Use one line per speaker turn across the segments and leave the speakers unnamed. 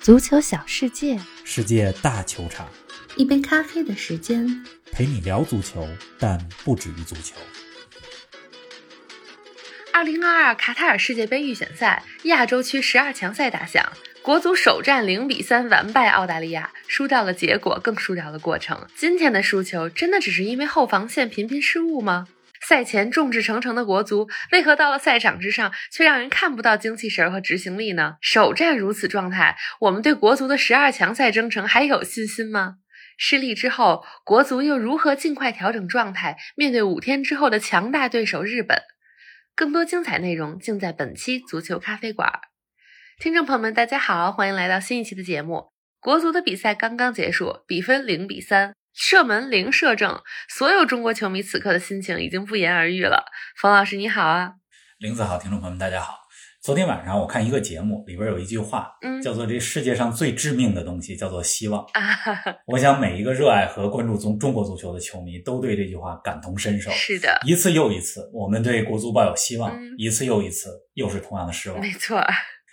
足球小世界，
世界大球场，
一杯咖啡的时间，
陪你聊足球，但不止于足球。
二零二二卡塔尔世界杯预选赛亚洲区十二强赛打响，国足首战零比三完败澳大利亚，输掉了结果，更输掉了过程。今天的输球，真的只是因为后防线频频失误吗？赛前众志成城的国足，为何到了赛场之上却让人看不到精气神儿和执行力呢？首战如此状态，我们对国足的十二强赛征程还有信心吗？失利之后，国足又如何尽快调整状态，面对五天之后的强大对手日本？更多精彩内容尽在本期足球咖啡馆。听众朋友们，大家好，欢迎来到新一期的节目。国足的比赛刚刚结束，比分零比三。射门零射正，所有中国球迷此刻的心情已经不言而喻了。冯老师你好啊，
林子好，听众朋友们大家好。昨天晚上我看一个节目，里边有一句话，
嗯
叫做“这世界上最致命的东西叫做希望
啊， 哈哈”。
我想每一个热爱和关注中中国足球的球迷都对这句话感同身受。
是的，
一次又一次，我们对国足抱有希望，
嗯
一次又一次，又是同样的失望
没。错，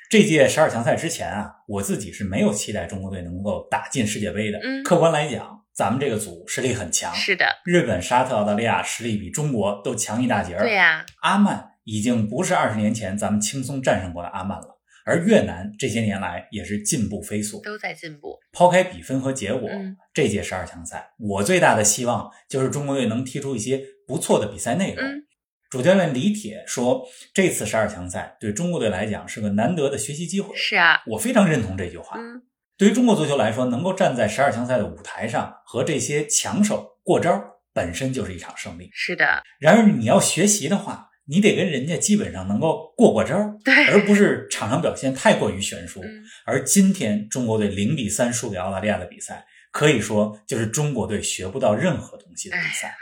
这届十二强赛之前啊，我自己是没有期待中国队能够打进世界杯的。
嗯
客观来讲，咱们这个组实力很强，
是的，
日本、沙特、澳大利亚实力比中国都强一大截儿。
对啊呀、
阿曼已经不是二十年前咱们轻松战胜过的阿曼了。而越南这些年来也是进步飞速。
都在进步。
抛开比分和结果，
嗯
这届十二强赛，我最大的希望就是中国队能踢出一些不错的比赛内容。
嗯
主教练李铁说，这次十二强赛对中国队来讲是个难得的学习机会。
是啊，
我非常认同这句话。
嗯，
对于中国足球来说，能够站在十二强赛的舞台上和这些强手过招，本身就是一场胜利。
是的，
然而，你要学习的话，你得跟人家基本上能够过过招，
对
而不是场上表现太过于悬殊。
嗯，
而今天中国队零比三输给澳大利亚的比赛，可以说就是中国队学不到任何东西的比
哎
赛。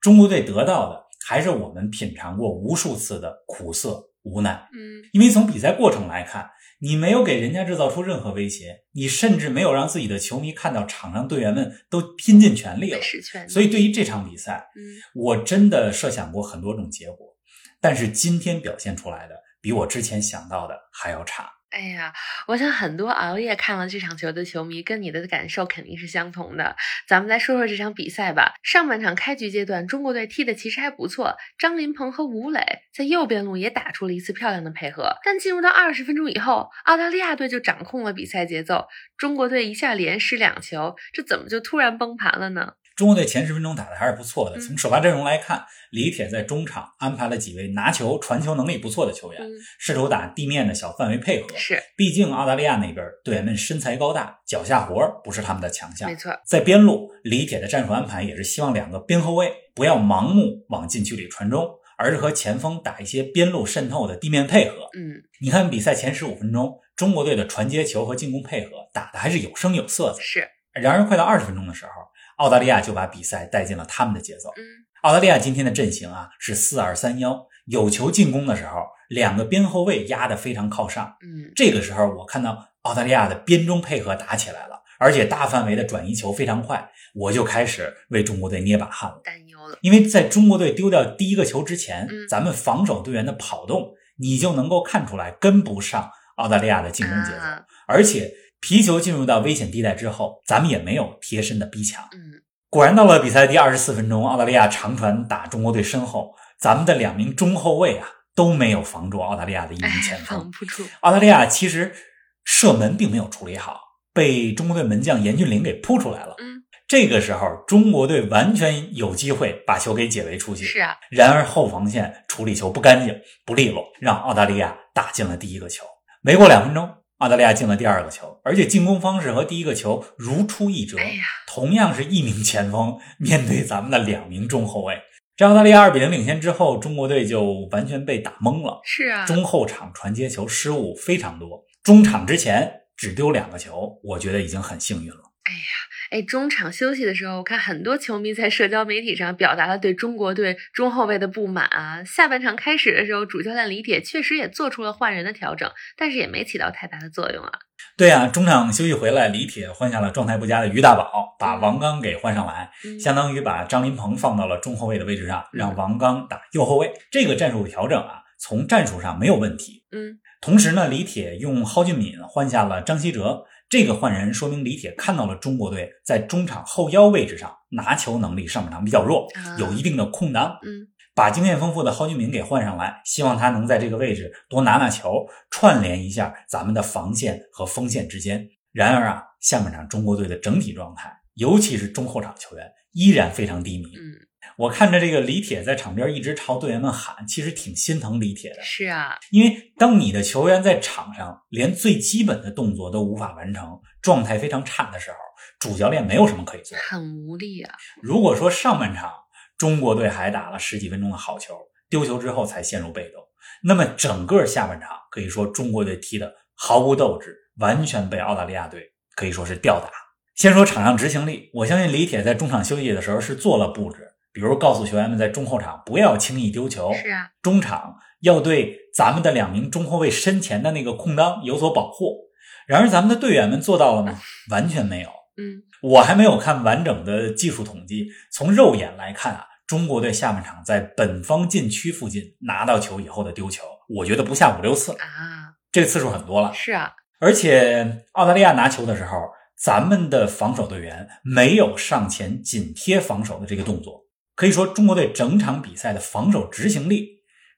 中国队得到的还是我们品尝过无数次的苦涩无奈。
嗯，
因为从比赛过程来看，你没有给人家制造出任何威胁，你甚至没有让自己的球迷看到场上队员们都拼尽全力了。
是全，
所以，对于这场比赛，
嗯，
我真的设想过很多种结果，但是今天表现出来的比我之前想到的还要差。
哎呀，我想很多熬夜看了这场球的球迷跟你的感受肯定是相同的。咱们来说说这场比赛吧。上半场开局阶段，中国队踢的其实还不错，张琳芃和吴磊在右边路也打出了一次漂亮的配合。但进入到二十分钟以后，澳大利亚队就掌控了比赛节奏，中国队一下连失两球，这怎么就突然崩盘了呢？
中国队前十分钟打的还是不错的。
嗯
从首发阵容来看，李铁在中场安排了几位拿球、传球能力不错的球员，
嗯，
试图打地面的小范围配合。
是
毕竟澳大利亚那边队员们身材高大，脚下活儿不是他们的强项
没。错，
在边路，李铁的战术安排也是希望两个边后卫不要盲目往禁区里传中，而是和前锋打一些边路渗透的地面配合。
嗯，
你看比赛前十五分钟，中国队的传接球和进攻配合打的还是有声有色的。
是，
然而快到二十分钟的时候，澳大利亚就把比赛带进了他们的节奏。
嗯，
澳大利亚今天的阵型啊是四二三幺，有球进攻的时候，两个边后卫压得非常靠上。
嗯，
这个时候，我看到澳大利亚的边中配合打起来了，而且大范围的转移球非常快，我就开始为中国队捏把汗了。
担忧了，
因为在中国队丢掉第一个球之前，
嗯
咱们防守队员的跑动，你就能够看出来跟不上澳大利亚的进攻节奏，
啊，
而且皮球进入到危险地带之后，咱们也没有贴身的逼抢。
嗯，
果然，到了比赛第二十四分钟，澳大利亚长传打中国队身后，咱们的两名中后卫啊都没有防住澳大利亚的一名前锋。
哎 防不住，
澳大利亚其实射门并没有处理好，被中国队门将严俊凌给扑出来了。
嗯，
这个时候中国队完全有机会把球给解围出去。
是啊，
然而后防线处理球不干净、不利落，让澳大利亚打进了第一个球。没过两分钟，澳大利亚进了第二个球，而且进攻方式和第一个球如出一辙。
哎呀
同样是一名前锋面对咱们的两名中后卫。这澳大利亚二比零领先之后，中国队就完全被打懵了。
是啊，
中后场传接球失误非常多，中场之前只丢两个球，我觉得已经很幸运了。
哎，中场休息的时候，我看很多球迷在社交媒体上表达了对中国队中后卫的不满啊。下半场开始的时候，主教练李铁确实也做出了换人的调整，但是也没起到太大的作用啊。
对啊，中场休息回来，李铁换下了状态不佳的于大宝，把王刚给换上来，
嗯
相当于把张琳芃放到了中后卫的位置上，让王刚打右后卫。这个战术调整啊，从战术上没有问题。
嗯，
同时呢，李铁用蒿俊闵换下了张稀哲，这个换人说明李铁看到了中国队在中场后腰位置上拿球能力上半场比较弱
啊，
有一定的空档，
嗯，
把经验丰富的蒿俊闵给换上来，希望他能在这个位置多拿拿球，串联一下咱们的防线和锋线之间。然而啊，下半场中国队的整体状态，尤其是中后场球员，依然非常低迷。
嗯，
我看着这个李铁在场边一直朝队员们喊，其实挺心疼李铁的，
是啊，
因为当你的球员在场上连最基本的动作都无法完成，状态非常差的时候，主教练没有什么可以做的。
很无力啊。
如果说上半场中国队还打了十几分钟的好球，丢球之后才陷入被动，那么整个下半场可以说中国队踢得毫无斗志，完全被澳大利亚队可以说是吊打。先说场上执行力，我相信李铁在中场休息的时候是做了布置，比如告诉球员们在中后场不要轻易丢球，
是啊，
中场要对咱们的两名中后卫身前的那个空当有所保护。然而，咱们的队员们做到了吗？完全没有。
嗯，
我还没有看完整的技术统计，从肉眼来看啊，中国队下半场在本方禁区附近拿到球以后的丢球，我觉得不下五六次，
啊，
这个次数很多了。
是啊，
而且澳大利亚拿球的时候，咱们的防守队员没有上前紧贴防守的这个动作，可以说中国队整场比赛的防守执行力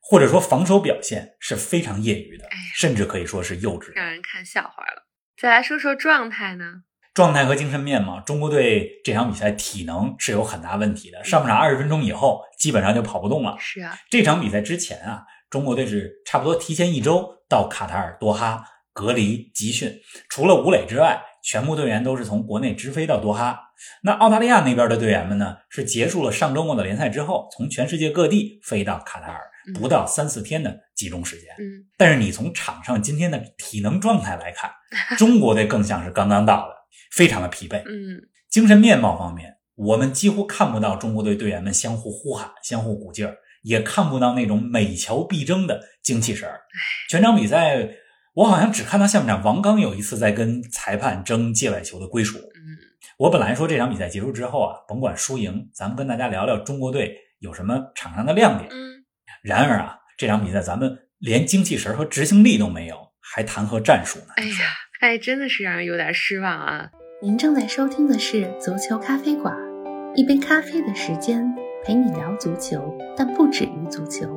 或者说防守表现是非常业余的
哎呀，
甚至可以说是幼稚的。
让人看笑话了。再来说说状态呢？
状态和精神面貌，中国队这场比赛体能是有很大问题的。上半场二十分钟以后，基本上就跑不动了。
是啊，
这场比赛之前啊，中国队是差不多提前一周到卡塔尔多哈隔离集训，除了吴磊之外，全部队员都是从国内直飞到多哈。那澳大利亚那边的队员们呢，是结束了上周末的联赛之后，从全世界各地飞到卡塔尔，不到三四天的集中时间。
嗯，
但是你从场上今天的体能状态来看，中国队更像是刚刚到的，非常的疲惫。
嗯，
精神面貌方面，我们几乎看不到中国队队员们相互呼喊、相互鼓劲儿，也看不到那种每球必争的精气神儿。全场比赛，我好像只看到下半场王刚有一次在跟裁判争界外球的归属。
嗯，
我本来说这场比赛结束之后啊，甭管输赢，咱们跟大家聊聊中国队有什么场上的亮点。
嗯，
然而啊，这场比赛咱们连精气神儿和执行力都没有，还谈何战术呢？
哎呀，哎，真的是让人有点失望啊。
您正在收听的是《足球咖啡馆》，一杯咖啡的时间陪你聊足球，但不止于足球。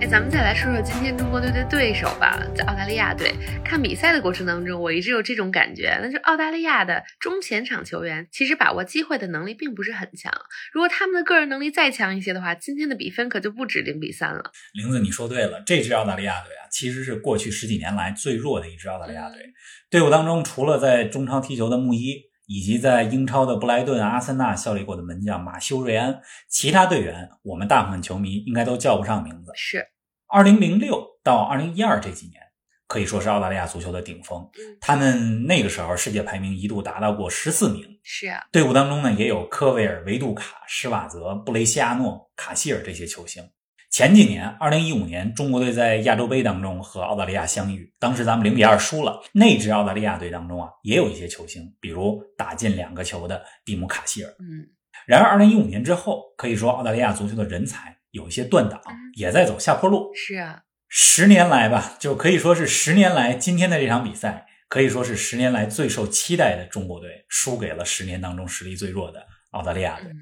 哎，咱们再来说说今天中国队的对手吧，在澳大利亚队。看比赛的过程当中，我一直有这种感觉，那就是澳大利亚的中前场球员其实把握机会的能力并不是很强。如果他们的个人能力再强一些的话，今天的比分可就不止零比三了。
玲子，你说对了，这支澳大利亚队啊，其实是过去十几年来最弱的一支澳大利亚队。队伍当中，除了在中超踢球的穆伊，以及在英超的布莱顿、阿森纳效力过的门将马修·瑞安，其他队员我们大部分球迷应该都叫不上名字。
是，
二零零六到二零一二这几年，可以说是澳大利亚足球的顶峰
嗯。
他们那个时候世界排名一度达到过十四名，
是啊，
队伍当中呢，也有科维尔、维杜卡、施瓦泽、布雷西亚诺、卡希尔这些球星。前几年，二零一五年，中国队在亚洲杯当中和澳大利亚相遇，当时咱们零比二输了。那支澳大利亚队当中啊，也有一些球星，比如打进两个球的蒂姆·卡希尔。
嗯，
然而，二零一五年之后，可以说澳大利亚足球的人才有一些断档
嗯，
也在走下坡路。
是啊，
十年来吧，就可以说是十年来今天的这场比赛，可以说是十年来最受期待的中国队输给了十年当中实力最弱的澳大利亚队。
嗯，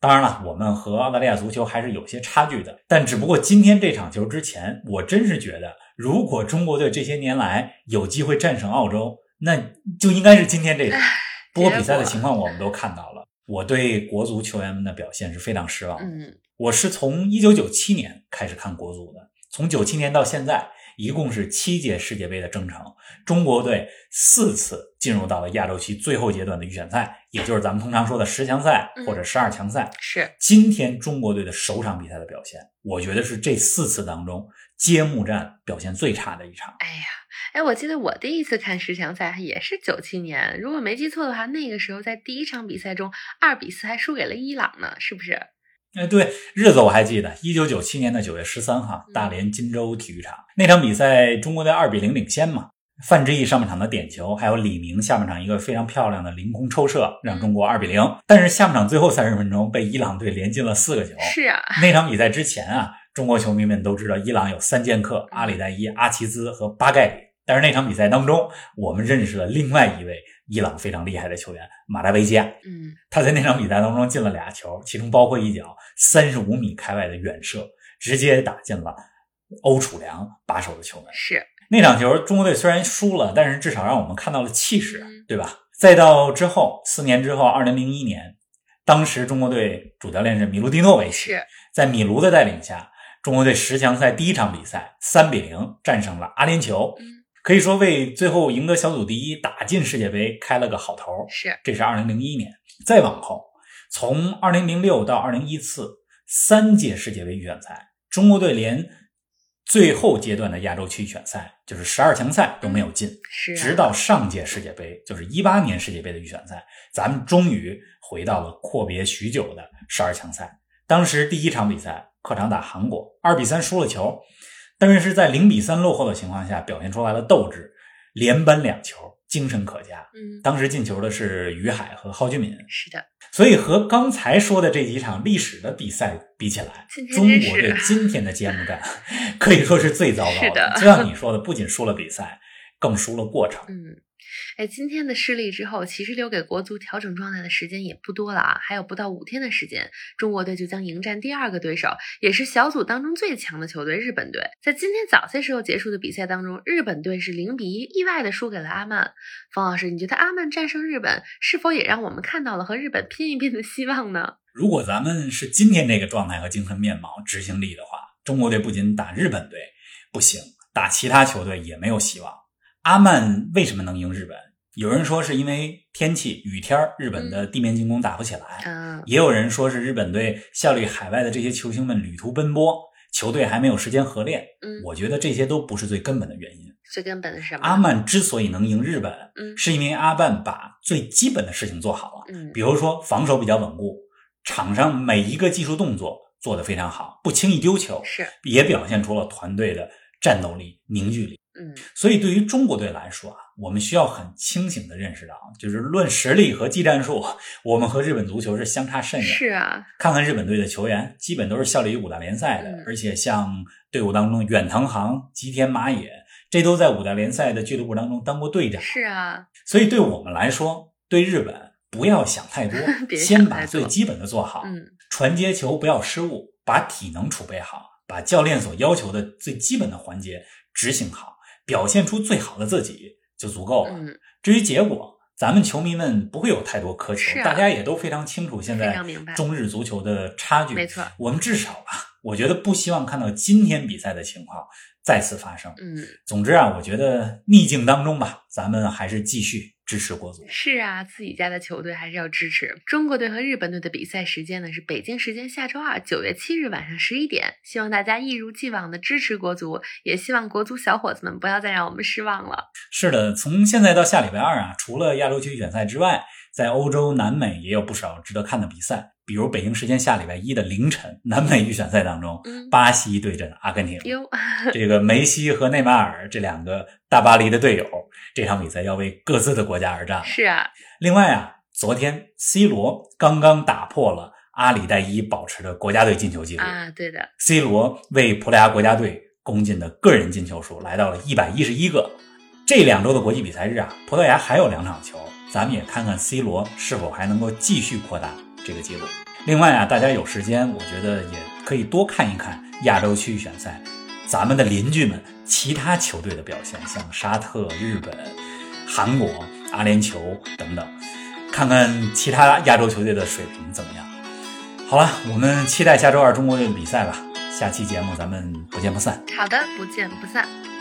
当然了，我们和澳大利亚足球还是有些差距的，但只不过今天这场球之前，我真是觉得，如果中国队这些年来有机会战胜澳洲，那就应该是今天这场
唉。
不过
结
比赛的
果
情况我们都看到了，我对国足球员们的表现是非常失望的。
嗯，
我是从一九九七年开始看国足的，从九七年到现在，一共是七届世界杯的征程，中国队四次进入到了亚洲区最后阶段的预选赛，也就是咱们通常说的十强赛
嗯
或者十二强赛。
是，
今天中国队的首场比赛的表现，我觉得是这四次当中揭幕战表现最差的一场。
哎呀，哎，我记得我第一次看十强赛也是九七年，如果没记错的话，那个时候在第一场比赛中二比四还输给了伊朗呢，是不是？
哎，对，日子我还记得，一九九七年的九月十三号，大连金州体育场那场比赛，中国队二比零领先嘛。范志毅上半场的点球，还有李明下半场一个非常漂亮的凌空抽射，让中国二比零。但是下半场最后三十分钟被伊朗队连进了四个球。
是啊，
那场比赛之前啊，中国球迷们都知道伊朗有三剑客阿里代伊、阿齐兹和巴盖里。但是那场比赛当中，我们认识了另外一位伊朗非常厉害的球员马达维加。
嗯，
他在那场比赛当中进了俩球，其中包括一脚三十五米开外的远射，直接打进了欧楚良把守的球门。
是，
那场球，中国队虽然输了，但是至少让我们看到了气势
嗯，
对吧？再到之后，四年之后，二零零一年，当时中国队主教练是米卢蒂诺维奇，
是，
在米卢的带领下，中国队十强赛第一场比赛三比零战胜了阿联酋
嗯，
可以说为最后赢得小组第一、打进世界杯开了个好头儿。
是，
这是二零零一年。再往后，从二零零六到二零一四三届世界杯预选赛，中国队连最后阶段的亚洲区选赛，就是十二强赛都没有进。
是啊，
直到上届世界杯，就是一八年世界杯的预选赛，咱们终于回到了阔别许久的十二强赛。当时第一场比赛客场打韩国，二比三输了球，但是在零比三落后的情况下，表现出来了斗志，连扳两球，精神可嘉。
嗯，
当时进球的是于海和蒿俊闵，
是的，
所以和刚才说的这几场历史的比赛比起来
今，天
中
真是
国队今天的揭幕战可以说是最糟
是
糕
的
就像你说的，不仅输了比赛，更输了过程。
嗯。哎，今天的失利之后，其实留给国足调整状态的时间也不多了啊，还有不到五天的时间，中国队就将迎战第二个对手，也是小组当中最强的球队日本队。在今天早些时候结束的比赛当中，日本队是零比一意外的输给了阿曼。冯老师，你觉得阿曼战胜日本，是否也让我们看到了和日本拼一拼的希望呢？
如果咱们是今天这个状态和精神面貌、执行力的话，中国队不仅打日本队不行，打其他球队也没有希望。阿曼为什么能赢日本？有人说是因为天气雨天儿，日本的地面进攻打不起来。
嗯，
也有人说是日本队效力海外的这些球星们旅途奔波，球队还没有时间合练。
嗯，
我觉得这些都不是最根本的原因。
最根本的是什么？
阿，曼之所以能赢日本，
嗯
是因为阿曼把最基本的事情做好了，
嗯
比如说防守比较稳固，场上每一个技术动作做得非常好，不轻易丢球，
是，
也表现出了团队的战斗力、凝聚力。
嗯
所以，对于中国队来说啊，我们需要很清醒的认识到，就是论实力和技战术，我们和日本足球是相差甚远。
是啊，
看看日本队的球员，基本都是效力于五大联赛的，
嗯
而且像队伍当中远藤航、吉田麻也，这都在五大联赛的俱乐部当中当过队长。
是啊，
所以对我们来说，对日本不要想太多
别，想
先
太
把
多
最基本的做好，
嗯
传接球不要失误，把体能储备好，把教练所要求的最基本的环节执行好，表现出最好的自己就足够了。
嗯，
至于结果，咱们球迷们不会有太多苛
是
求，
啊
大家也都非常清楚现
非
在
常明白
中日足球的差距。
没错，
我们至少吧，我觉得不希望看到今天比赛的情况再次发生。
嗯。
总之啊，我觉得逆境当中吧，咱们还是继续支持国足。
是啊，自己家的球队还是要支持。中国队和日本队的比赛时间呢是北京时间下周二九月七日晚上十一点，希望大家一如既往的支持国足，也希望国足小伙子们不要再让我们失望了。
是的，从现在到下礼拜二啊，除了亚洲区预选赛之外，在欧洲、南美也有不少值得看的比赛，比如北京时间下礼拜一的凌晨，南美预选赛当中，
嗯，
巴西对阵阿根廷。
哟，
这个梅西和内马尔这两个大巴黎的队友，这场比赛要为各自的国家而战。
是啊，
另外啊，昨天 C 罗刚刚打破了阿里代伊保持的国家队进球记录、
啊，对的，
c 罗为葡萄牙国家队攻进的个人进球数来到了一百一十一个。这两周的国际比赛日啊，葡萄牙还有两场球，咱们也看看 C 罗是否还能够继续扩大这个记录。另外啊，大家有时间，我觉得也可以多看一看亚洲区预选赛，咱们的邻居们其他球队的表现，像沙特、日本、韩国、阿联酋等等，看看其他亚洲球队的水平怎么样。好了，我们期待下周二中国队的比赛吧。下期节目咱们不见不散。
好的，不见不散。